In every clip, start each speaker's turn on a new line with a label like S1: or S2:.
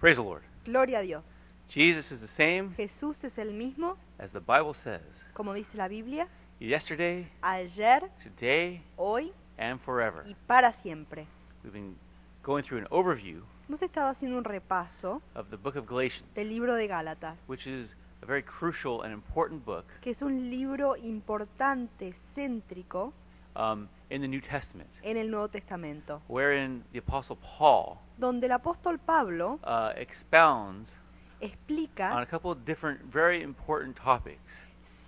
S1: Praise the Lord.
S2: Gloria a Dios.
S1: Jesus is the same
S2: Jesús es el mismo,
S1: as the Bible says
S2: como dice la Biblia,
S1: yesterday,
S2: ayer,
S1: today,
S2: hoy
S1: and forever.
S2: y para siempre.
S1: We've been going through an overview
S2: Hemos estado haciendo un repaso
S1: of the book of Galatians,
S2: del libro de Gálatas,
S1: which is a very crucial and important book
S2: que es un libro importante, céntrico,
S1: um, in the New Testament,
S2: en el Nuevo Testamento,
S1: wherein the Apostle Paul
S2: donde el apóstol Pablo
S1: uh, expounds on a
S2: explica
S1: couple of different, very important topics,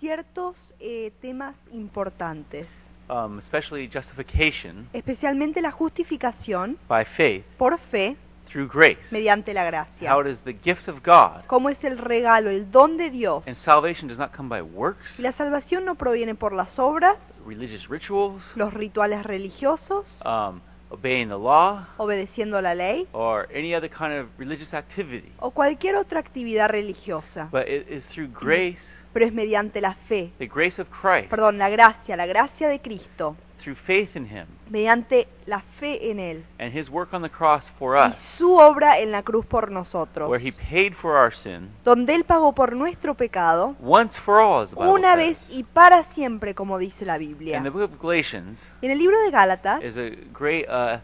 S2: ciertos eh, temas importantes,
S1: um, especially justification
S2: especialmente la justificación
S1: by faith
S2: por fe
S1: through grace,
S2: mediante la gracia,
S1: how it is the gift of God,
S2: cómo es el regalo, el don de Dios.
S1: and salvation does not come by works,
S2: Y La salvación no proviene por las obras,
S1: religious rituals,
S2: los rituales religiosos,
S1: um, obeying the law,
S2: obedeciendo la ley
S1: or any other kind of religious activity,
S2: o cualquier otra actividad religiosa,
S1: but it is through grace,
S2: pero es mediante la fe,
S1: the grace of Christ,
S2: perdón, la gracia, la gracia de Cristo,
S1: through faith in Him
S2: mediante la fe en Él
S1: and His work on the cross for
S2: y
S1: us,
S2: su obra en la cruz por nosotros,
S1: where He paid for our sin
S2: donde Él pagó por nuestro pecado
S1: once for all, as the Bible
S2: una vez
S1: says.
S2: y para siempre, como dice la Biblia.
S1: And the book of Galatians
S2: En el libro de Gálatas,
S1: is a great uh,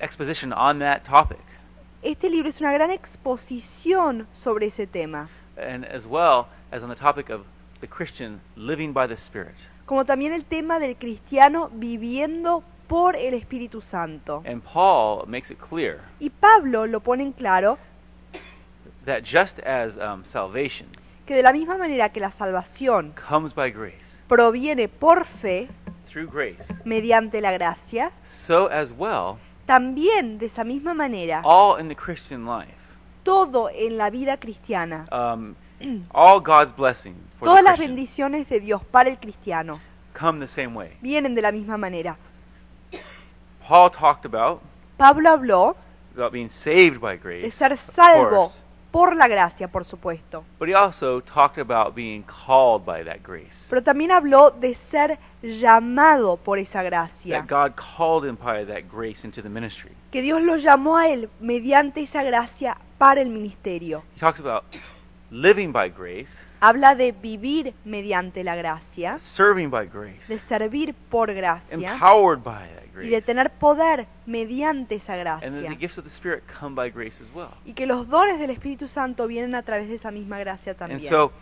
S1: exposition on that topic.
S2: este libro es una gran exposición sobre ese tema,
S1: and as well as on the topic of the Christian living by the Spirit.
S2: como también el tema del cristiano viviendo por el Espíritu Santo.
S1: And Paul makes it clear
S2: Y Pablo lo pone en claro
S1: that just as um, salvation
S2: que de la misma manera que la salvación
S1: comes by grace,
S2: proviene por fe,
S1: through grace,
S2: mediante la gracia,
S1: so as well,
S2: también de esa misma manera,
S1: all in the Christian life,
S2: todo en la vida cristiana,
S1: um, all God's blessing for
S2: todas
S1: the
S2: las
S1: Christian
S2: bendiciones de Dios para el cristiano
S1: come the same way.
S2: vienen de la misma manera.
S1: Paul talked about
S2: Pablo habló
S1: about being saved by
S2: de
S1: grace,
S2: ser
S1: of
S2: salvo
S1: course,
S2: por la gracia, por supuesto,
S1: but he also talked about being called by that grace.
S2: pero también habló de ser llamado por esa gracia,
S1: That God called him by that grace into the ministry.
S2: que Dios lo llamó a él mediante esa gracia para el ministerio.
S1: He talks about living by grace,
S2: Habla de vivir mediante la gracia,
S1: serving by grace,
S2: de servir por gracia
S1: empowered by that
S2: y de
S1: grace.
S2: tener poder mediante esa
S1: And then the
S2: gracia.
S1: gifts of the Spirit come by grace as well.
S2: Y que los dones del Espíritu Santo vienen a través de esa misma gracia
S1: And
S2: también.
S1: so,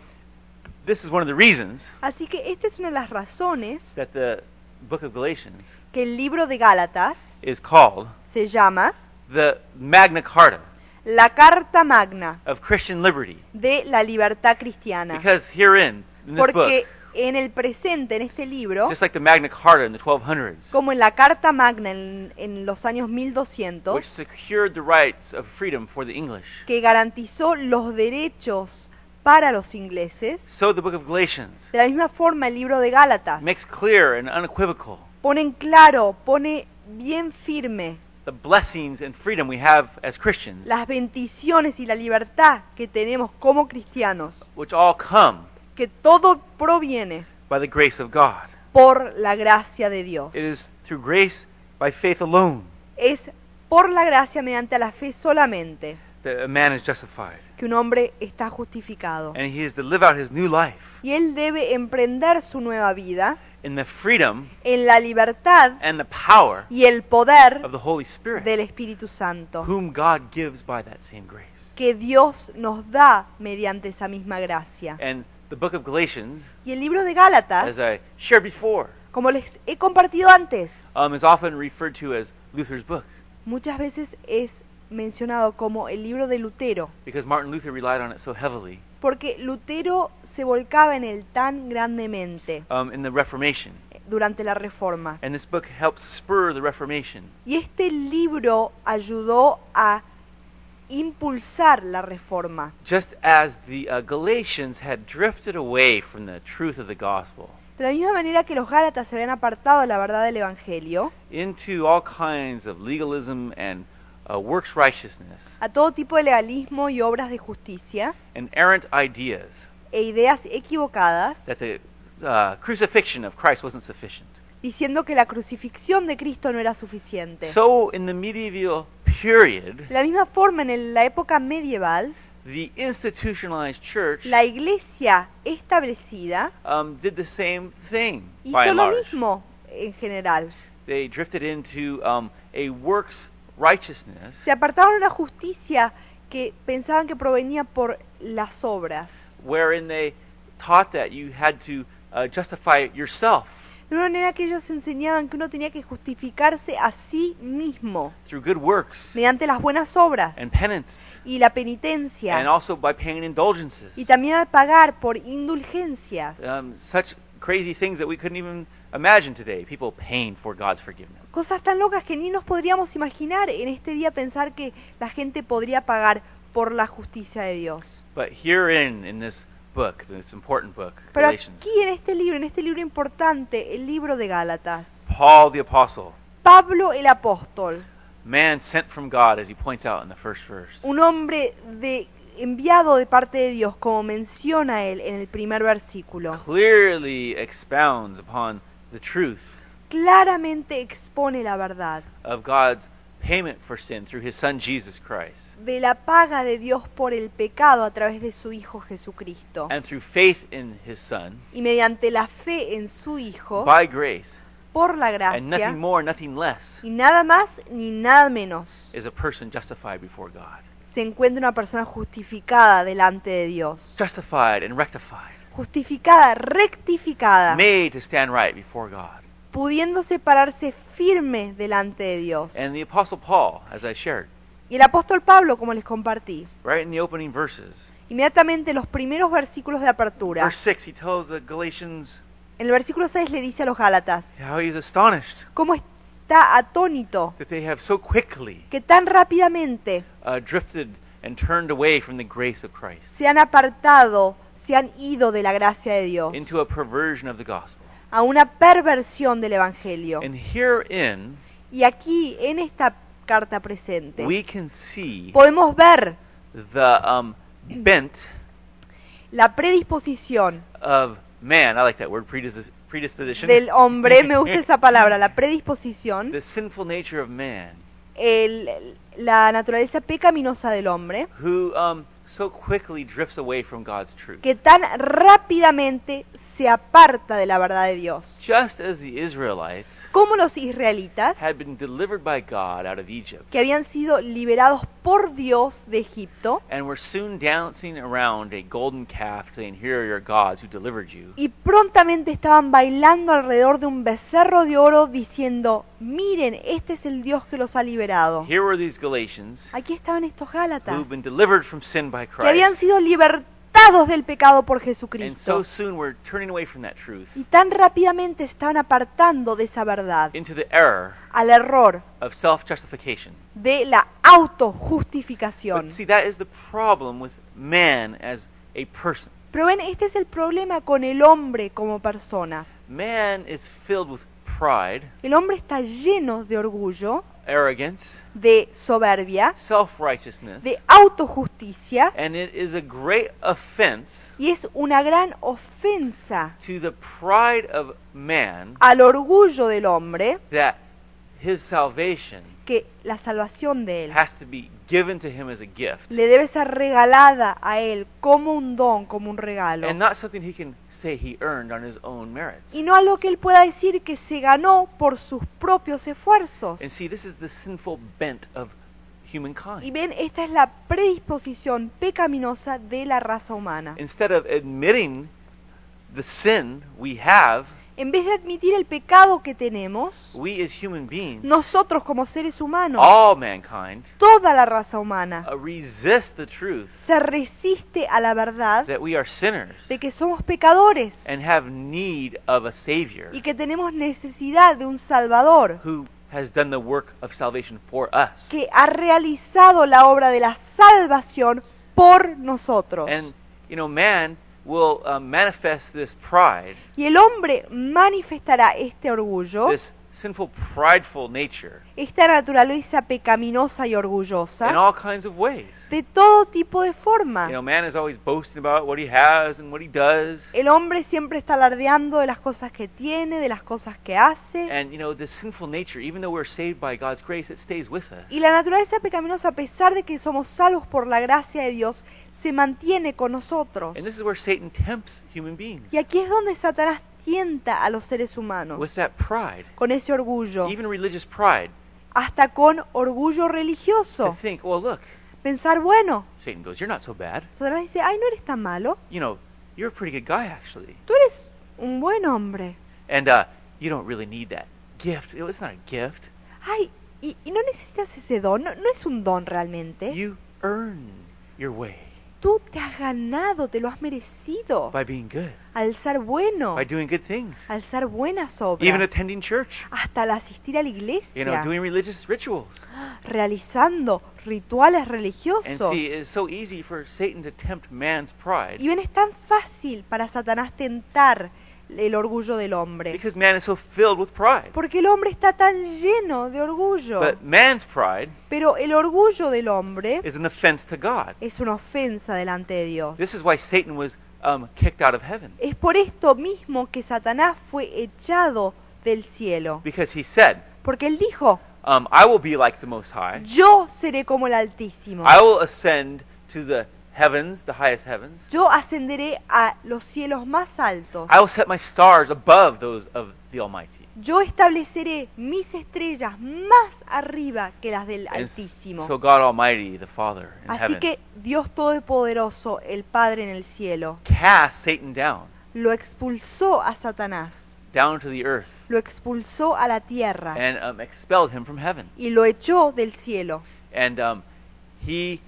S1: this is one of the reasons
S2: Así que esta es una de las razones
S1: that the book of Galatians
S2: que el libro de Gálatas
S1: is called
S2: se llama
S1: the Magna Carta
S2: La Carta Magna
S1: of Christian Liberty.
S2: de la Libertad Cristiana.
S1: Because herein, in this
S2: Porque
S1: book,
S2: en el presente, en este libro,
S1: just like the Magna Carta in the 1200s,
S2: como en la Carta Magna en, en los años 1200,
S1: which secured the rights of freedom for the English,
S2: que garantizó los derechos para los ingleses,
S1: so the book of Galatians
S2: de la misma forma el libro de Gálatas
S1: makes clear and unequivocal
S2: pone en claro, pone bien firme
S1: the blessings and freedom we have as Christians,
S2: las bendiciones y la libertad que tenemos como cristianos,
S1: which all come
S2: que todo proviene
S1: by the grace of God.
S2: por la gracia de Dios.
S1: It is through grace by faith alone
S2: Es por la gracia mediante la fe solamente
S1: that a man is justified,
S2: que un hombre está justificado.
S1: and he is to live out his new life
S2: Y él debe emprender su nueva vida
S1: in the freedom
S2: en la libertad
S1: and the power
S2: y el poder
S1: of the Holy Spirit,
S2: del Espíritu Santo
S1: whom God gives by that same grace.
S2: que Dios nos da mediante esa misma gracia.
S1: And the book of Galatians,
S2: Y el libro de
S1: as
S2: Gálatas
S1: I shared before,
S2: Como les he compartido antes,
S1: um, is often referred to as Luther's book
S2: muchas veces es mencionado como el libro de Lutero,
S1: because Martin Luther relied on it so heavily
S2: porque Lutero se volcaba en él tan grandemente eh,
S1: um, in the Reformation.
S2: durante la Reforma.
S1: And this book helped spur the Reformation.
S2: Y este libro ayudó a impulsar la Reforma,
S1: just as the uh, Galatians had drifted away from the truth of the gospel
S2: de la misma manera que los Gálatas se habían apartado de la verdad del Evangelio,
S1: into all kinds of legalism and uh, works righteousness
S2: a todo tipo de legalismo y obras de justicia
S1: and errant ideas
S2: e ideas equivocadas,
S1: that the uh, crucifixion of Christ wasn't sufficient.
S2: diciendo que la crucifixión de Cristo no era suficiente.
S1: So, in the medieval period,
S2: De la misma forma, en el- la época medieval,
S1: the institutionalized church
S2: la iglesia establecida
S1: um, did the same thing by
S2: hizo
S1: and
S2: lo
S1: large.
S2: mismo en general.
S1: They drifted into um, a works righteousness
S2: Se apartaron de la justicia que pensaban que provenía por las obras.
S1: wherein they taught that you had to uh, justify it yourself
S2: De una manera que ellos enseñaban que uno tenía que justificarse a sí mismo
S1: through good works
S2: mediante las buenas obras
S1: and penance
S2: y la
S1: and
S2: penitencia
S1: also by paying indulgences.
S2: y también al pagar por indulgencias,
S1: Um, such crazy things that we couldn't even imagine today. People paying for God's forgiveness.
S2: cosas tan locas que ni nos podríamos imaginar en este día pensar que la gente podría pagar por la justicia de Dios.
S1: But herein, in this book, this important book,
S2: Pero
S1: Galatians,
S2: aquí en este libro, en este libro importante, el libro de Gálatas,
S1: Paul the Apostle,
S2: Pablo el apóstol,
S1: man sent from God, as he points out in the first verse,
S2: un hombre de enviado de parte de Dios, como menciona él en el primer versículo,
S1: clearly expounds upon the truth
S2: claramente expone la verdad
S1: of God's payment for sin through his son Jesus Christ.
S2: de la paga de Dios por el pecado a través de su Hijo Jesucristo.
S1: And through faith in his son,
S2: Y mediante la fe en su Hijo,
S1: by grace,
S2: por la
S1: and nothing
S2: gracia,
S1: more, nothing less,
S2: y nada más ni nada menos,
S1: is a person justified before God.
S2: se encuentra una persona justificada delante de Dios.
S1: Justified and rectified,
S2: Justificada, rectificada,
S1: made to stand right before God.
S2: pudiéndose pararse firme delante de Dios.
S1: And the Apostle Paul, as I shared,
S2: Y el apóstol Pablo, como les compartí,
S1: right in the opening verses,
S2: inmediatamente los primeros versículos de apertura,
S1: Verse 6, he tells the Galatians
S2: en el versículo 6 le dice a los Gálatas,
S1: how he's astonished
S2: ¿cómo está atónito
S1: that they have so quickly
S2: que tan rápidamente
S1: uh, drifted and turned away from the grace of Christ
S2: se han apartado, se han ido de la gracia de Dios
S1: into a perversion of the gospel.
S2: a una perversión del Evangelio?
S1: And herein,
S2: Y aquí, en esta carta presente,
S1: we can see
S2: podemos ver
S1: the um, bent
S2: la predisposición
S1: of man. I like that word, predis- predisposition.
S2: del hombre, me gusta esa palabra, la predisposición,
S1: the sinful nature of man
S2: el- la naturaleza pecaminosa del hombre,
S1: who um, so quickly drifts away from God's truth.
S2: que tan rápidamente se aparta de la verdad de Dios.
S1: Just as the Israelites
S2: Como los israelitas,
S1: had been delivered by God out of Egypt.
S2: que habían sido liberados por Dios de Egipto,
S1: and were soon dancing around a golden calf, saying, Here are your gods who delivered you.
S2: y prontamente estaban bailando alrededor de un becerro de oro diciendo, miren, este es el Dios que los ha liberado.
S1: Here were these Galatians
S2: Aquí estaban estos
S1: who
S2: Gálatas,
S1: have been delivered from sin by
S2: que habían
S1: Christ,
S2: sido libertados del pecado por
S1: and so
S2: Jesucristo,
S1: soon were turning away from that truth
S2: y tan rápidamente se estaban apartando de esa verdad,
S1: into the error
S2: al error
S1: of self justification.
S2: de la autojustificación.
S1: But see, that is the problem with man as a person.
S2: Pero ven, este es el problema con el hombre como persona.
S1: Man is filled with pride,
S2: El hombre está lleno de orgullo,
S1: arrogance,
S2: de soberbia,
S1: self righteousness,
S2: de autojusticia
S1: and it is a great offense
S2: y es una gran ofensa
S1: to the pride of man
S2: al orgullo del hombre
S1: that his salvation
S2: que la salvación de él
S1: has to be given to him as a gift
S2: le debe ser regalada a él como un don, como un regalo.
S1: and not something he can say he earned on his own merits.
S2: Y no algo que él pueda decir que se ganó por sus propios esfuerzos.
S1: And see, this is the sinful bent of
S2: Y
S1: humankind.
S2: ven, esta es la predisposición pecaminosa de la raza humana.
S1: Instead of admitting the sin we have,
S2: En vez de admitir el pecado que tenemos,
S1: we as human beings,
S2: nosotros como seres humanos,
S1: all mankind,
S2: toda la raza humana,
S1: uh, resist the truth
S2: se resiste a la verdad
S1: that we are sinners
S2: de que somos pecadores
S1: and have need of a Savior
S2: y que tenemos necesidad de un Salvador
S1: who has done the work of salvation for us.
S2: que ha realizado la obra de la salvación por nosotros.
S1: And, you know, man will uh, manifest this pride
S2: Y el hombre manifestará este orgullo,
S1: this sinful, prideful nature
S2: esta naturaleza pecaminosa y orgullosa
S1: in all kinds of ways.
S2: de todo tipo de
S1: You know,
S2: forma.
S1: man is always boasting about what he has and what he does.
S2: El hombre siempre está alardeando de las cosas que tiene, de las cosas que hace.
S1: And, you know, this sinful nature, even though we're saved by God's grace, it stays with us.
S2: Y la naturaleza pecaminosa, a pesar de que somos salvos por la gracia de Dios, se mantiene con nosotros.
S1: And this is where Satan tempts human beings
S2: Y aquí es donde Satanás tienta a los seres humanos,
S1: with that pride,
S2: con ese orgullo,
S1: even religious pride,
S2: hasta con
S1: to
S2: orgullo religioso.
S1: think, well, look,
S2: Pensar, bueno,
S1: Satan goes, you're not so bad.
S2: Satanás dice, ay, no eres tan malo,
S1: You know, you're a pretty good guy, actually.
S2: tú eres un buen hombre.
S1: And uh, you don't really need that gift. You know, It's not a gift.
S2: Ay, y, y no necesitas ese don, no, no es un don realmente.
S1: You earn your way
S2: Tú te has ganado, te lo has merecido
S1: by being good,
S2: al ser bueno,
S1: by doing good things,
S2: al ser buenas
S1: even
S2: obras,
S1: attending church,
S2: hasta al asistir a la
S1: you know,
S2: iglesia,
S1: doing religious rituals.
S2: realizando rituales
S1: And
S2: religiosos.
S1: see, it's so easy for Satan to tempt man's pride
S2: Y bien, es tan fácil para Satanás tentar el orgullo del hombre.
S1: because man is so filled with pride.
S2: Porque el hombre está tan lleno de orgullo.
S1: But man's pride
S2: Pero el orgullo del hombre
S1: is an offense to God.
S2: es una ofensa delante de Dios.
S1: This is why Satan was um, kicked out of heaven
S2: Es por esto mismo que Satanás fue echado del cielo.
S1: because he said,
S2: Porque él dijo,
S1: um, I will be like the Most High.
S2: yo seré como el Altísimo.
S1: I will ascend to the heavens, the highest heavens.
S2: Yo ascenderé a los cielos más altos.
S1: I will set my stars above those of the Almighty.
S2: Yo estableceré mis estrellas más arriba que las del
S1: And
S2: Altísimo.
S1: so God Almighty, the Father in
S2: Así
S1: heaven,
S2: que Dios Todopoderoso, el Padre en el cielo,
S1: cast Satan down,
S2: lo expulsó a Satanás,
S1: down to the earth,
S2: lo expulsó a la tierra
S1: and um, expelled him from heaven.
S2: y lo echó del cielo.
S1: And um, he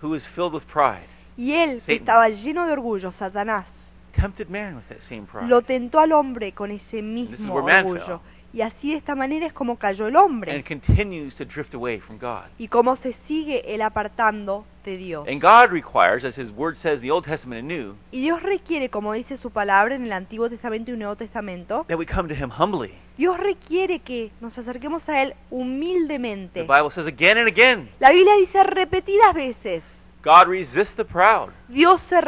S1: who was filled with pride
S2: Y él, que
S1: Satan.
S2: estaba lleno de orgullo, Satanás,
S1: tempted man with that same pride.
S2: lo tentó al hombre con ese
S1: This is
S2: mismo
S1: where man
S2: orgullo. Y así de esta manera es como cayó el hombre
S1: and continues to drift away from God.
S2: y cómo se sigue el apartando de Dios.
S1: And God requires, as His Word says in the Old Testament and New,
S2: Y Dios requiere, como dice su palabra en el Antiguo Testamento y el Nuevo Testamento,
S1: that we come to Him humbly.
S2: Dios requiere que nos acerquemos a Él humildemente.
S1: The Bible says again and again,
S2: La Biblia dice repetidas veces,
S1: God resists the proud,
S2: Dios se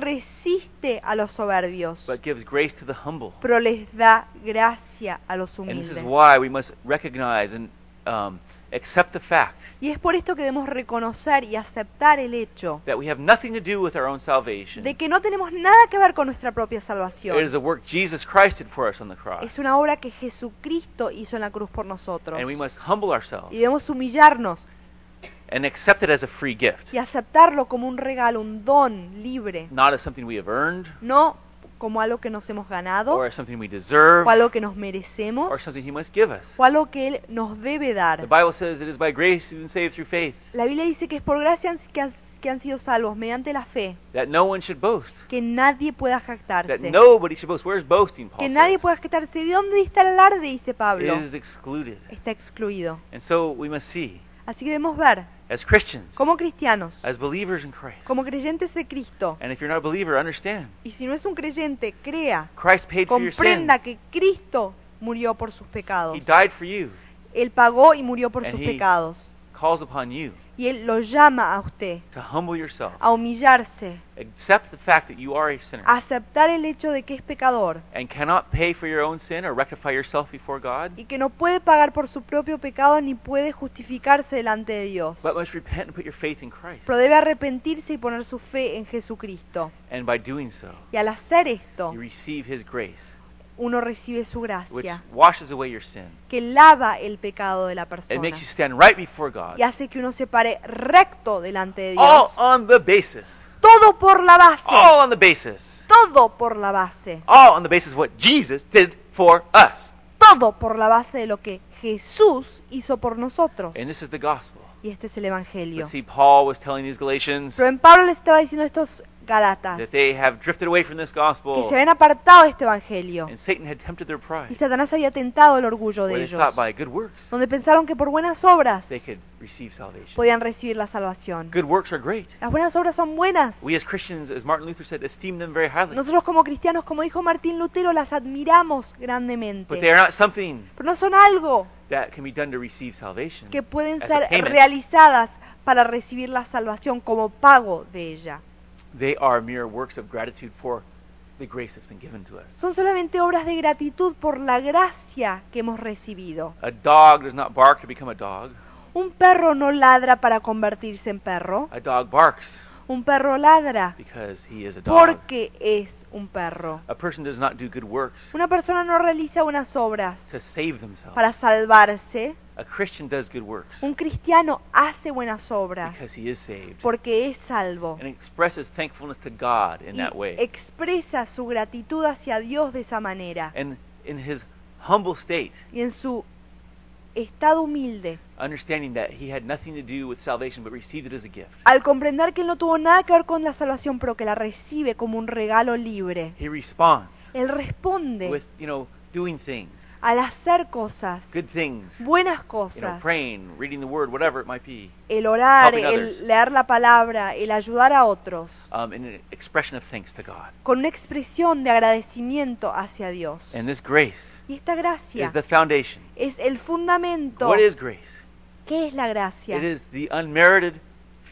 S2: resiste a los soberbios,
S1: but gives grace to the humble.
S2: pero les da gracia a los
S1: And this is
S2: humildes.
S1: why we must recognize and um, accept the fact
S2: Y es por esto que debemos reconocer y aceptar el hecho
S1: that we have nothing to do with our own salvation.
S2: de que no tenemos nada que ver con nuestra propia
S1: It
S2: salvación.
S1: is a work Jesus Christ did for us on the cross.
S2: Es una obra que Jesucristo hizo en la cruz por nosotros.
S1: And we must humble ourselves
S2: Y debemos humillarnos
S1: and accept it as a free gift,
S2: y aceptarlo como un regalo, un don libre,
S1: not as something we have earned,
S2: no como algo que nos hemos ganado,
S1: or as something we deserve,
S2: o algo que nos merecemos,
S1: or something He must give us.
S2: o algo que Él nos debe dar.
S1: The Bible says it is by grace you've been saved through faith,
S2: La Biblia dice que es por gracia han- que han, que han sido salvos mediante la fe,
S1: that no one should boast,
S2: que nadie pueda
S1: that
S2: jactarse.
S1: nobody should boast. Where's boasting, Paul
S2: Que nadie
S1: says?
S2: pueda jactarse. ¿De dónde está el alarde? Dice Pablo.
S1: It is excluded.
S2: Está excluido.
S1: And so we must see,
S2: Así que debemos ver,
S1: as Christians,
S2: como cristianos,
S1: as believers in Christ,
S2: como creyentes de Cristo,
S1: and if you're not a believer, understand,
S2: y si no es un creyente, crea,
S1: Christ paid for your sin.
S2: comprenda que Cristo murió por sus pecados.
S1: He died for you,
S2: Él pagó y murió por
S1: And
S2: sus
S1: he-
S2: pecados.
S1: calls upon you
S2: Y Él lo llama a usted
S1: to humble yourself,
S2: a humillarse,
S1: accept the fact that you are a sinner,
S2: a aceptar el hecho de que es pecador
S1: and cannot pay for your own sin or rectify yourself before God,
S2: y que no puede pagar por su propio pecado ni puede justificarse delante de Dios.
S1: but must repent and put your faith in Christ.
S2: Pero debe arrepentirse y poner su fe en Jesucristo.
S1: And by doing so,
S2: Y al hacer esto,
S1: you receive His grace,
S2: uno recibe su
S1: which
S2: gracia,
S1: washes away your sin.
S2: que lava el pecado de la
S1: It
S2: persona
S1: makes you stand right before God.
S2: y hace que uno se pare recto delante de
S1: All
S2: Dios.
S1: on the basis.
S2: Todo por la base,
S1: All on the basis.
S2: todo por la base,
S1: All on the basis of what Jesus did for us.
S2: todo por la base de lo que Jesús hizo por nosotros.
S1: And this is the gospel.
S2: Y este es el Evangelio.
S1: But see, Paul was telling these Galatians,
S2: Pero en Pablo les estaba diciendo a estos Gálatas,
S1: that they have drifted away from this
S2: que
S1: gospel,
S2: se habían apartado de este Evangelio.
S1: and Satan had tempted their
S2: Y
S1: pride,
S2: Satanás había tentado el orgullo
S1: where
S2: de
S1: they
S2: ellos,
S1: thought by good works
S2: donde pensaron que por buenas obras
S1: they could receive salvation.
S2: podían recibir la salvación.
S1: Good works are great.
S2: Las buenas obras son buenas.
S1: We as Christians, as Martin Luther said, esteem them very highly.
S2: Nosotros como cristianos, como dijo Martín Lutero, las admiramos
S1: But they
S2: grandemente.
S1: are not something
S2: Pero no son algo
S1: that can be done to receive salvation.
S2: que pueden
S1: As a
S2: ser
S1: payment.
S2: realizadas para recibir la salvación como pago de ella.
S1: They are mere works of gratitude for the grace that's been given to us.
S2: Son solamente obras de gratitud por la gracia que hemos recibido.
S1: A dog does not bark to become a dog.
S2: Un perro no ladra para convertirse en perro.
S1: A dog barks
S2: Un perro ladra
S1: because he is a dog.
S2: porque es un perro.
S1: A person does not do good works
S2: Una persona no realiza unas obras
S1: to save themselves.
S2: para salvarse.
S1: A Christian does good works
S2: Un cristiano hace buenas obras
S1: because he is saved
S2: porque es salvo.
S1: and expresses thankfulness to God in
S2: y
S1: that way.
S2: expresa su gratitud hacia Dios de esa manera.
S1: And in his humble state,
S2: Y en su estado humilde,
S1: understanding that he had nothing to do with salvation but received it as a gift,
S2: al comprender que él no tuvo nada que ver con la salvación, pero que la recibe como un regalo libre,
S1: he responds
S2: él responde
S1: with, you know, doing things,
S2: al hacer cosas,
S1: good things,
S2: buenas
S1: you know,
S2: cosas,
S1: praying, reading the word, whatever it might be,
S2: el orar,
S1: helping others.
S2: el leer la palabra, el ayudar a otros,
S1: um, in an expression of thanks to God.
S2: con una expresión de agradecimiento hacia Dios.
S1: And this grace
S2: Y esta
S1: is
S2: gracia
S1: the foundation.
S2: es el fundamento.
S1: What is grace?
S2: ¿Qué es la gracia?
S1: It is the unmerited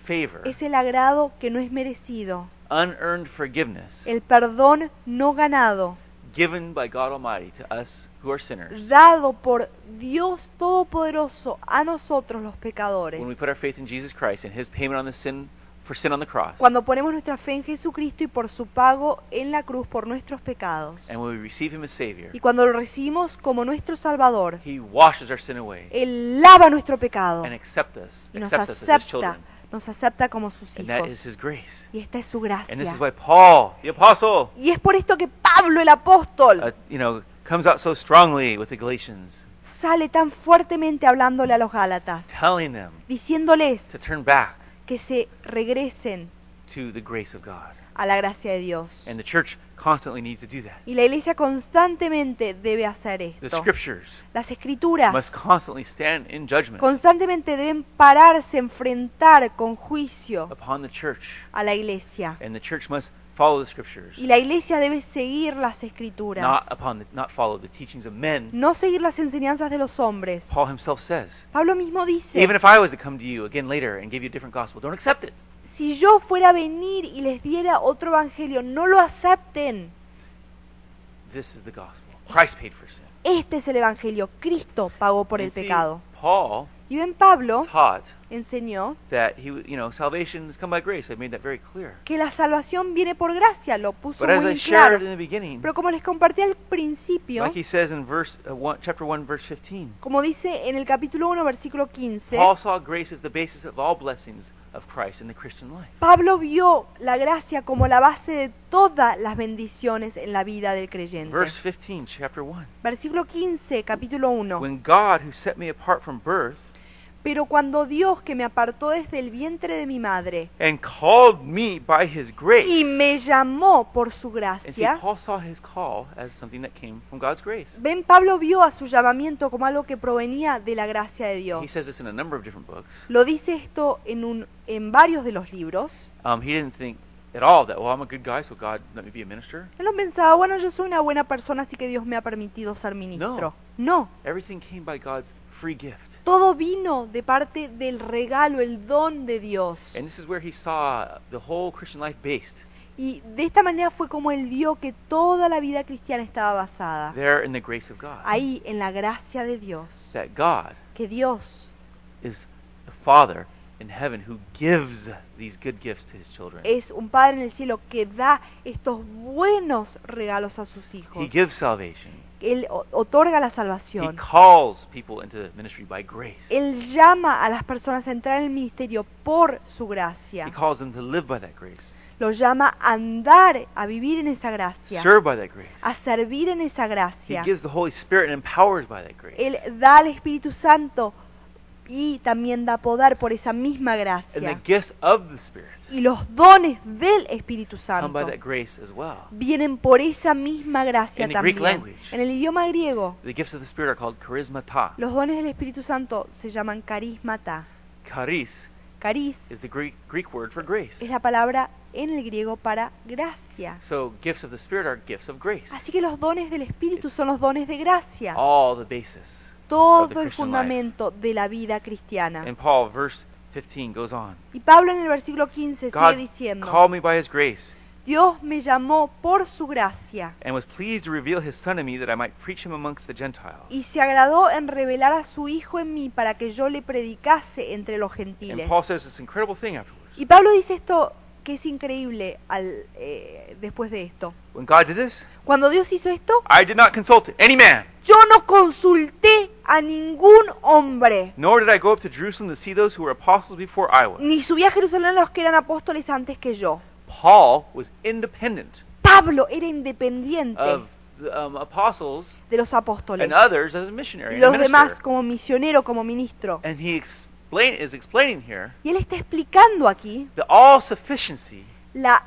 S1: favor,
S2: Es el agrado que no es merecido,
S1: unearned forgiveness
S2: el perdón no ganado,
S1: given by God Almighty to us who are sinners
S2: dado por Dios Todopoderoso a nosotros los pecadores.
S1: when we put our faith in Jesus Christ and his payment on the sin for sin on the cross.
S2: Cuando ponemos nuestra fe en Jesucristo y por su pago en la cruz por nuestros pecados.
S1: And when we receive him as savior,
S2: Y cuando lo recibimos como nuestro Salvador,
S1: he washes our sin away
S2: Él lava nuestro pecado
S1: and accept us,
S2: y nos
S1: accepts us as his
S2: acepta,
S1: children.
S2: nos acepta como sus
S1: And that
S2: hijos.
S1: is his grace.
S2: Y esta es su
S1: And this
S2: gracia.
S1: is why Paul, the apostle,
S2: Y es por esto que Pablo el apóstol
S1: uh, you know, comes out so strongly with the Galatians,
S2: sale tan fuertemente hablándole a los Gálatas,
S1: telling them
S2: diciéndoles
S1: to turn back
S2: que se regresen
S1: to the grace of God.
S2: a la gracia de Dios.
S1: And the church constantly needs to do that.
S2: Y la iglesia constantemente debe hacer
S1: The
S2: esto.
S1: scriptures
S2: Las escrituras
S1: must constantly stand in judgment
S2: constantemente deben pararse, enfrentar con juicio
S1: upon the church,
S2: a la iglesia.
S1: and the church must follow the scriptures,
S2: Y la iglesia debe seguir las escrituras,
S1: not upon the, not follow the teachings of men.
S2: no seguir las enseñanzas de los hombres.
S1: Paul himself says,
S2: Pablo mismo dice,
S1: even if I was to come to you again later and give you a different gospel, don't accept it.
S2: si yo fuera a venir y les diera otro evangelio, no lo acepten.
S1: This is the gospel. Christ paid for sin.
S2: Este es el evangelio. Cristo pagó por el
S1: And see,
S2: pecado.
S1: Paul
S2: Y ven, Pablo
S1: taught
S2: enseñó
S1: that he, you know, salvation has come by grace. I made that very clear.
S2: que la salvación viene por gracia, lo puso
S1: But as
S2: muy
S1: I
S2: en
S1: shared in
S2: claro.
S1: the beginning,
S2: Pero como les compartí al principio,
S1: like he says in verse uh, one, chapter one, verse fifteen,
S2: como dice en el capítulo 1, versículo 15,
S1: Paul saw grace as the basis of all blessings of Christ in the Christian life.
S2: Pablo vio la gracia como la base de todas las bendiciones en la vida del creyente.
S1: Verse 15, chapter 1.
S2: Versículo 15, capítulo 1.
S1: When God, who set me apart from birth
S2: Pero cuando Dios, que me apartó desde el vientre de mi madre,
S1: and called me by his grace.
S2: y me llamó por su
S1: Eh. And see,
S2: gracia,
S1: Paul saw his call as something that came from God's grace.
S2: ven, Pablo vio a su llamamiento como algo que provenía de la gracia de
S1: He
S2: Dios.
S1: says this in a number of different books.
S2: Lo dice esto en, un, en varios de los libros.
S1: Um, he didn't think at all that, well, I'm a good guy, so God let me be a minister.
S2: Él no pensaba, bueno, yo soy una buena persona, así que Dios me ha permitido ser ministro. No,
S1: Everything came by God's free gift.
S2: todo vino de parte del regalo, el don de Dios.
S1: And this is where he saw the whole Christian life based.
S2: Y de esta manera fue como él vio que toda la vida cristiana estaba basada
S1: There in the grace of God.
S2: ahí, en la gracia de Dios.
S1: That God
S2: Que Dios
S1: is the Father in heaven who gives these good gifts to his children.
S2: es un Padre en el cielo que da estos buenos regalos a sus
S1: He
S2: hijos.
S1: gives salvation.
S2: Él o- otorga la
S1: He
S2: salvación.
S1: calls people into ministry by grace.
S2: Él llama a las personas a entrar en el ministerio por su gracia.
S1: He calls them to live by that grace,
S2: Los llama a andar, a vivir en esa gracia,
S1: serve by that grace.
S2: a servir en esa
S1: He
S2: gracia.
S1: gives the Holy Spirit and empowers by that grace.
S2: Él da al Espíritu Santo y también da poder por esa misma
S1: and the
S2: gracia.
S1: gifts of the Spirit
S2: Y los dones del Espíritu
S1: come by
S2: Santo
S1: that grace as well.
S2: vienen por esa misma gracia
S1: In the Greek
S2: también.
S1: language.
S2: En el idioma griego,
S1: The gifts of the Spirit are called charismata.
S2: los dones del Espíritu Santo se llaman carismata.
S1: Charis
S2: Caris
S1: is the Greek Greek word for grace.
S2: es la palabra en el griego para gracia.
S1: So gifts of the Spirit are gifts of grace.
S2: Así que los dones del Espíritu son los dones de gracia.
S1: All the basis. of the
S2: Todo el
S1: Christian
S2: fundamento de la vida cristiana.
S1: And Paul, verse 15, goes on.
S2: Y Pablo en el versículo 15 sigue
S1: God
S2: diciendo,
S1: called me by His grace
S2: Dios me llamó por su gracia
S1: and was pleased to reveal His Son to me that I might preach Him amongst the Gentiles.
S2: y se agradó en revelar a su Hijo en mí para que yo le predicase entre los
S1: And
S2: gentiles.
S1: Paul says this incredible thing afterwards.
S2: Y Pablo dice esto que es increíble al, eh, después de esto.
S1: When God did this,
S2: Cuando Dios hizo esto,
S1: I did not consult any man,
S2: yo no consulté a ningún hombre,
S1: nor did I go up to Jerusalem to see those who were apostles before I was.
S2: ni subí a Jerusalén a los que eran apóstoles antes que yo.
S1: Paul was independent
S2: Pablo era independiente
S1: of the, um, apostles
S2: de los apóstoles.
S1: and others as a missionary.
S2: y
S1: And, a
S2: los demás
S1: minister.
S2: como misionero, como ministro.
S1: and he explain, is explaining here
S2: Y él está explicando aquí
S1: the all sufficiency
S2: la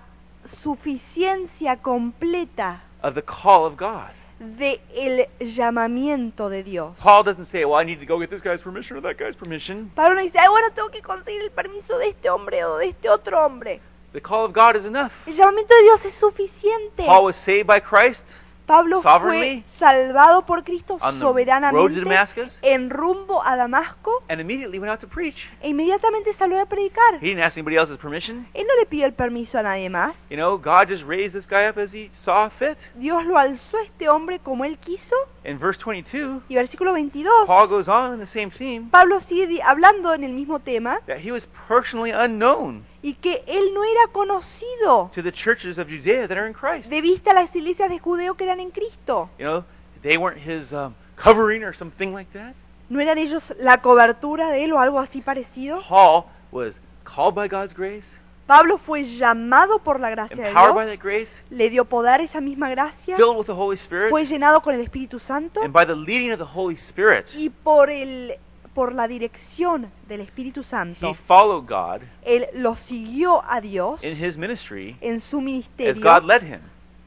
S2: suficiencia completa
S1: of the call of God.
S2: de el llamamiento de Dios.
S1: Paul doesn't say, well, I need to go get this guy's permission or that guy's permission.
S2: Pablo no dice, ay, bueno, tengo que conseguir el permiso de este hombre o de este otro hombre.
S1: The call of God is enough.
S2: El llamamiento de Dios es suficiente.
S1: Paul was saved by Christ
S2: Pablo fue
S1: sovereignly
S2: salvado por Cristo
S1: on the road to
S2: soberanamente
S1: Damascus
S2: en rumbo a Damasco
S1: and immediately went out to preach.
S2: e inmediatamente salió a predicar.
S1: He didn't ask anybody else's permission.
S2: Él no le pidió el permiso a nadie más.
S1: You know, God just raised this guy up as he saw fit.
S2: Dios lo alzó a este hombre como él quiso.
S1: In verse 22,
S2: Y versículo 22,
S1: Paul goes on in the same theme
S2: Pablo sigue di- hablando en el mismo tema
S1: that he was personally unknown
S2: y que él no era conocido
S1: to the churches of Judea that are in Christ.
S2: de vista a las iglesias de Judeo que eran en Cristo.
S1: You know, they weren't his um, covering or something like that.
S2: ¿No eran ellos la cobertura de él o algo así parecido?
S1: Paul was called by God's grace,
S2: Pablo fue llamado por la gracia de
S1: empowered by
S2: Dios,
S1: that grace,
S2: le dio poder esa misma gracia,
S1: filled with the Holy
S2: fue
S1: Spirit,
S2: llenado con el Espíritu Santo
S1: and by the leading of the Holy Spirit,
S2: y por el por la dirección del Espíritu Santo,
S1: he followed God
S2: él lo siguió a Dios
S1: in his ministry
S2: en su
S1: as God
S2: ministerio
S1: led him.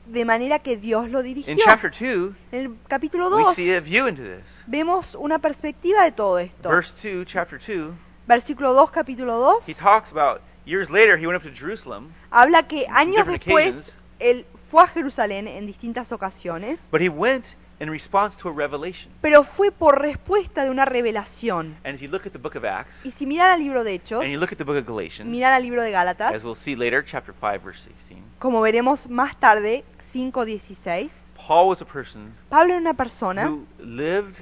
S2: de manera que Dios lo dirigió.
S1: In chapter 2,
S2: En el capítulo
S1: we
S2: 2
S1: see a view into this.
S2: vemos una perspectiva de todo esto.
S1: Verse 2, chapter 2,
S2: Versículo 2, capítulo 2,
S1: he talks about years later he went up to Jerusalem,
S2: habla que años
S1: different occasions,
S2: después él fue a Jerusalén en distintas ocasiones,
S1: but he went in response to a revelation.
S2: pero fue por respuesta de una revelación.
S1: And if you look at the book of Acts,
S2: Y si miran al libro de Hechos,
S1: and you look at the book of Galatians,
S2: miran al libro de Gálatas,
S1: as we'll see later, chapter 5, verse 16,
S2: como veremos más tarde, 5.16,
S1: Paul was a person
S2: Pablo era una persona
S1: who lived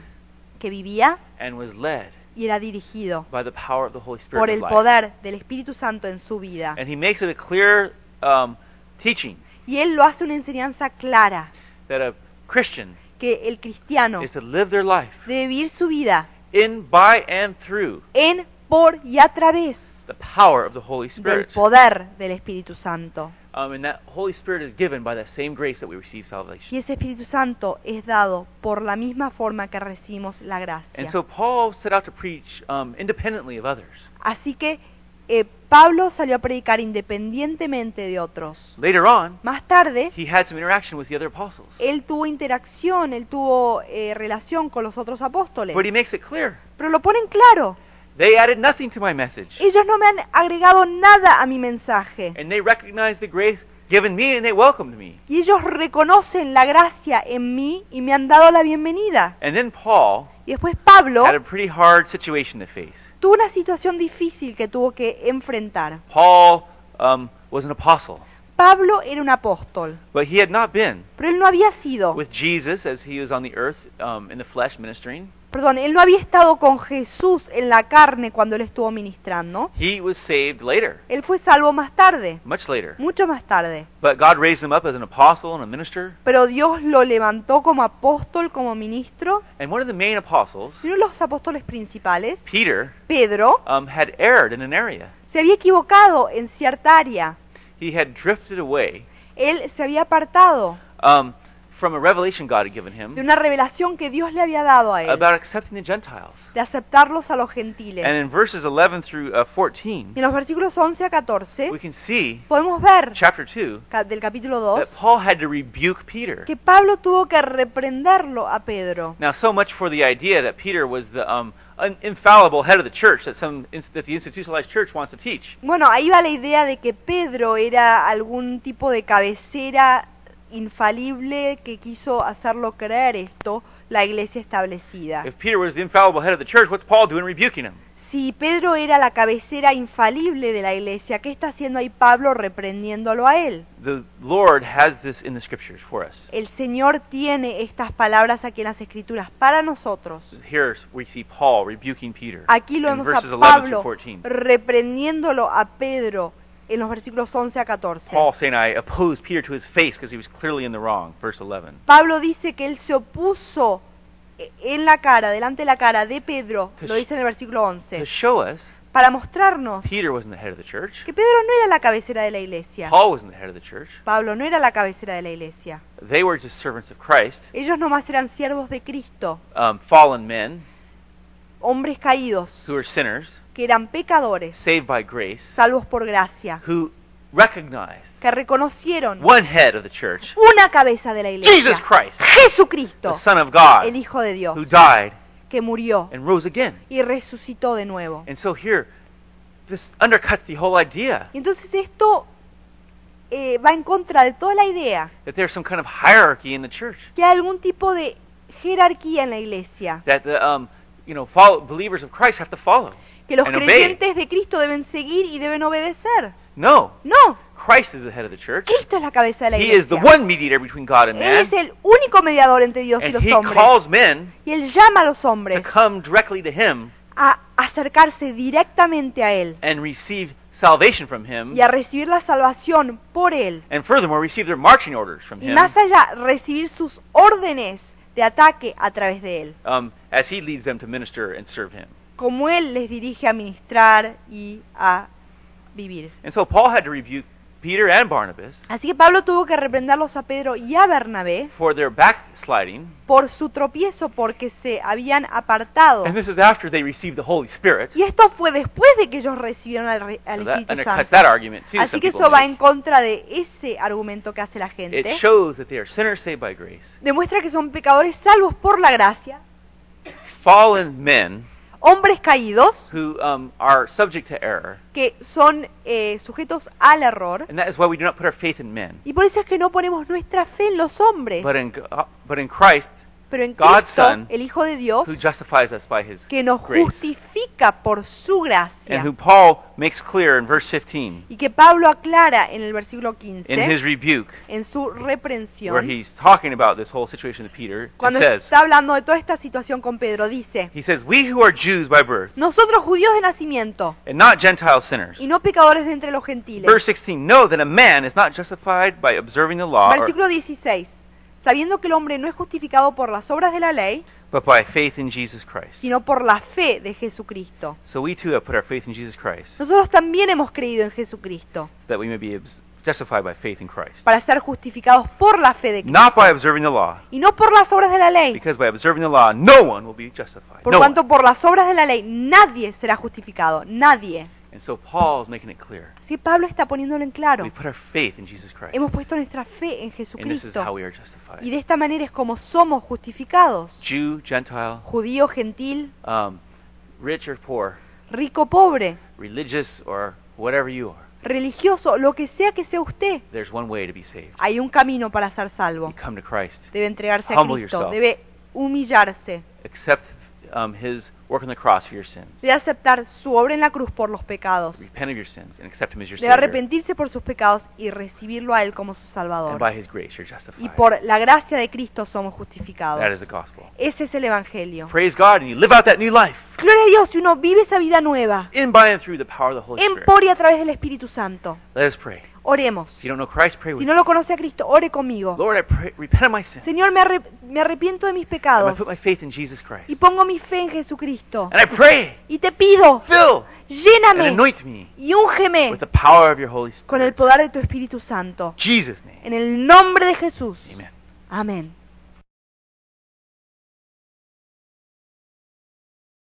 S2: que vivía
S1: and was led
S2: y era dirigido
S1: by the power of the Holy Spirit.
S2: por
S1: in
S2: el
S1: his life.
S2: poder del Espíritu Santo en su vida.
S1: And he makes it a clear um, teaching
S2: Y él lo hace una enseñanza clara,
S1: that a Christian
S2: que el cristiano
S1: is to live their life
S2: debe vivir su vida
S1: in, by, and through
S2: en, por y a través
S1: the power of the Holy
S2: del
S1: Spirit.
S2: poder del Espíritu Santo.
S1: Um, and that Holy Spirit is given by that same grace that we receive
S2: Y
S1: salvation.
S2: ese Espíritu Santo es dado por la misma forma que recibimos la
S1: And
S2: gracia.
S1: so Paul set out to preach um, independently of others.
S2: Así que eh, Pablo salió a predicar independientemente de otros.
S1: Later on,
S2: Más tarde,
S1: he had some interaction with the other apostles.
S2: él tuvo interacción, él tuvo eh, relación con los otros apóstoles.
S1: But he makes it clear
S2: Pero lo ponen claro,
S1: they added nothing to my message.
S2: ellos no me han agregado nada a mi mensaje.
S1: And they recognized the grace given me and they welcomed me.
S2: Y ellos reconocen la gracia en mí y me han dado la bienvenida.
S1: And then Paul
S2: Y después Pablo
S1: had a pretty hard situation to face.
S2: tuvo una situación difícil que tuvo que enfrentar.
S1: Paul um, was an apostle,
S2: Pablo era un apóstol,
S1: but he had not been
S2: pero él no había sido,
S1: with Jesus as he was on the earth um, in the flesh ministering.
S2: perdón, él no había estado con Jesús en la carne cuando él estuvo ministrando.
S1: He was saved later,
S2: Él fue salvo más tarde,
S1: much later.
S2: mucho más tarde.
S1: But God raised him up as an apostle and a minister.
S2: Pero Dios lo levantó como apóstol, como ministro.
S1: And one of the main apostles,
S2: Y uno de los apóstoles principales,
S1: Peter,
S2: Pedro,
S1: um, had erred in an area.
S2: se había equivocado en cierta área.
S1: He had drifted away
S2: Él se había apartado
S1: um, from a revelation God had given
S2: de
S1: him
S2: una revelación que Dios le había dado a él,
S1: about accepting the Gentiles.
S2: de aceptarlos a los gentiles.
S1: And in verses 11 through uh,
S2: Y en
S1: 14,
S2: los versículos 11 a 14
S1: we can see,
S2: podemos ver
S1: chapter 2,
S2: ca- del capítulo
S1: that
S2: 2
S1: Paul had to rebuke Peter.
S2: que Pablo tuvo que reprenderlo a Pedro.
S1: Now, so much for the idea that Peter was the um, un- infallible head of the church that some ins- that the institutionalized church wants to teach.
S2: Bueno, ahí va la idea de que Pedro era algún tipo de cabecera infalible que quiso hacerlo creer esto la iglesia establecida.
S1: If Peter was the infallible head of the church, what's Paul doing rebuking him?
S2: Si Pedro era la cabecera infalible de la iglesia, ¿qué está haciendo ahí Pablo reprendiéndolo a él?
S1: The Lord has this in the scriptures for us.
S2: El Señor tiene estas palabras aquí en las Escrituras para nosotros.
S1: Here we see Paul rebuking Peter
S2: Aquí lo
S1: in
S2: vemos a
S1: verses 11 through
S2: Pablo
S1: 14.
S2: reprendiéndolo a Pedro en los versículos 11 a 14.
S1: Paul saying, I opposed Peter to his face because he was clearly in the wrong. Verse 11.
S2: Pablo dice que él se opuso eh, en la cara, delante de la cara de Pedro,
S1: To
S2: lo
S1: sh-
S2: dice en el versículo
S1: To
S2: 11,
S1: show us
S2: para mostrarnos
S1: Peter wasn't the head of the church,
S2: que Pedro no era la cabecera de la iglesia.
S1: Paul wasn't the head of the church.
S2: Pablo no era la cabecera de la iglesia.
S1: They were just servants of Christ,
S2: Ellos nomás eran siervos de Cristo,
S1: um, fallen men
S2: hombres caídos,
S1: who are sinners,
S2: que eran pecadores,
S1: saved by grace,
S2: salvos por gracia,
S1: who recognized
S2: que reconocieron
S1: one head of the church,
S2: una cabeza de la
S1: Jesus
S2: iglesia,
S1: Christ,
S2: Jesucristo,
S1: the Son of God,
S2: el Hijo de Dios,
S1: who died
S2: que murió
S1: and rose again.
S2: y resucitó de nuevo.
S1: And so here, this undercuts the whole idea
S2: Y entonces esto eh, va en contra de toda la idea
S1: that there's some kind of hierarchy in the church.
S2: que hay algún tipo de jerarquía en la iglesia,
S1: that the um, you know follow, believers of Christ have to follow.
S2: que los
S1: And obey.
S2: creyentes de Cristo deben seguir y deben obedecer.
S1: No,
S2: No,
S1: Christ is the head of the church.
S2: Cristo es la cabeza de la
S1: He is the
S2: iglesia.
S1: one mediator between God and man,
S2: Él es el único mediador entre Dios y
S1: and
S2: los
S1: He
S2: hombres.
S1: calls men
S2: Y Él llama a los
S1: to
S2: hombres
S1: come directly to Him
S2: a acercarse directamente a Él
S1: and receive salvation from Him,
S2: y a recibir la salvación por Él.
S1: and furthermore receive their marching orders from
S2: Y
S1: Him
S2: más allá, recibir sus órdenes de ataque a través de Él,
S1: um, as He leads them to minister and serve Him.
S2: como Él les dirige a ministrar y a vivir.
S1: And so Paul had to rebuke Peter and Barnabas
S2: Así que Pablo tuvo que reprenderlos a Pedro y a Bernabé
S1: for their backsliding,
S2: por su tropiezo porque se habían apartado.
S1: and this is after they received the Holy Spirit.
S2: Y esto fue después de que ellos recibieron al, re- al
S1: So that
S2: Espíritu
S1: undercuts
S2: Santo.
S1: that argument too.
S2: Así
S1: some
S2: que
S1: people
S2: eso va
S1: make.
S2: en contra de ese argumento que hace
S1: Eh,
S2: la gente.
S1: It shows that they are sinners saved by grace.
S2: Demuestra que son pecadores salvos por la gracia,
S1: fallen men
S2: hombres caídos
S1: who um, are subject to error,
S2: que son eh, sujetos al error.
S1: and that is why we do not put our faith in men,
S2: Y por eso es que no ponemos nuestra fe en los hombres,
S1: but in Go- but in Christ,
S2: pero en
S1: God's
S2: Cristo,
S1: Son,
S2: el Hijo de Dios,
S1: who justifies us by His
S2: que nos
S1: grace,
S2: justifica por su gracia.
S1: and who Paul makes clear in verse 15
S2: Y que Pablo aclara en el versículo 15,
S1: in his rebuke,
S2: en su
S1: where
S2: reprensión,
S1: he's talking about this whole situation with Peter. It
S2: cuando
S1: says,
S2: está hablando de toda esta situación con Pedro, dice,
S1: he says, "We who are Jews by birth,
S2: nosotros judíos de nacimiento
S1: and not Gentile sinners."
S2: y no pecadores de entre los gentiles.
S1: Verse 16, know that a man is not justified by observing the law, or-
S2: Versículo 16, sabiendo que el hombre no es justificado por las obras de la ley,
S1: but by faith in Jesus Christ.
S2: sino por la fe de Jesucristo.
S1: So we too have put our faith in Jesus Christ,
S2: Nosotros también hemos creído en Jesucristo
S1: that we may be obs- justified by faith in Christ.
S2: para ser justificados por la fe de Cristo
S1: not by observing the law,
S2: y no por las obras de la ley.
S1: because by observing the law, no one will be justified.
S2: Por
S1: no
S2: cuanto
S1: one.
S2: por las obras de la ley nadie será justificado, nadie.
S1: And so Paul's making it clear.
S2: Así que Pablo está poniéndolo en claro.
S1: We put our faith in Jesus Christ.
S2: Hemos puesto nuestra fe
S1: and
S2: en
S1: this is how
S2: Jesucristo
S1: we are justified.
S2: y de esta manera es como somos justificados.
S1: Jew, Gentile,
S2: Judío, gentil,
S1: um, rich or poor,
S2: rico, pobre,
S1: religious or whatever you are,
S2: religioso, lo que sea que sea usted,
S1: there's one way to be saved.
S2: hay un camino para ser
S1: You
S2: salvo.
S1: come to Christ.
S2: Debe entregarse a
S1: Humble yourself.
S2: Cristo, debe humillarse,
S1: Accept um, His work on the cross for your sins.
S2: debe aceptar su obra en la cruz por los pecados,
S1: Repent of your sins and accept Him as your
S2: debe
S1: Savior.
S2: arrepentirse por sus pecados y recibirlo a Él como su
S1: And
S2: Salvador.
S1: by His grace, you're justified.
S2: Y por la gracia de Cristo somos
S1: That is
S2: justificados.
S1: the gospel.
S2: Ese es el Evangelio.
S1: Praise God, and you live out that new life
S2: Gloria a Dios si uno vive esa vida nueva,
S1: in, by, and through the power of the Holy
S2: en
S1: Spirit.
S2: por y a través del Espíritu Santo.
S1: Let us pray.
S2: Oremos.
S1: If you don't know Christ, pray with
S2: Si no lo conoce a Cristo, ore conmigo.
S1: me. Lord, I pray, repent of my sins.
S2: Señor, me, arre- me arrepiento de mis
S1: and I
S2: pecados
S1: put my faith in Jesus Christ.
S2: y pongo mi fe en Jesucristo.
S1: and I pray,
S2: Y te pido,
S1: fill and
S2: lléname
S1: anoint me
S2: y úngeme
S1: with the power of your Holy Spirit.
S2: con el poder de tu Espíritu Santo.
S1: Jesus' name.
S2: En el nombre de Jesús.
S1: Amen.
S2: Amén.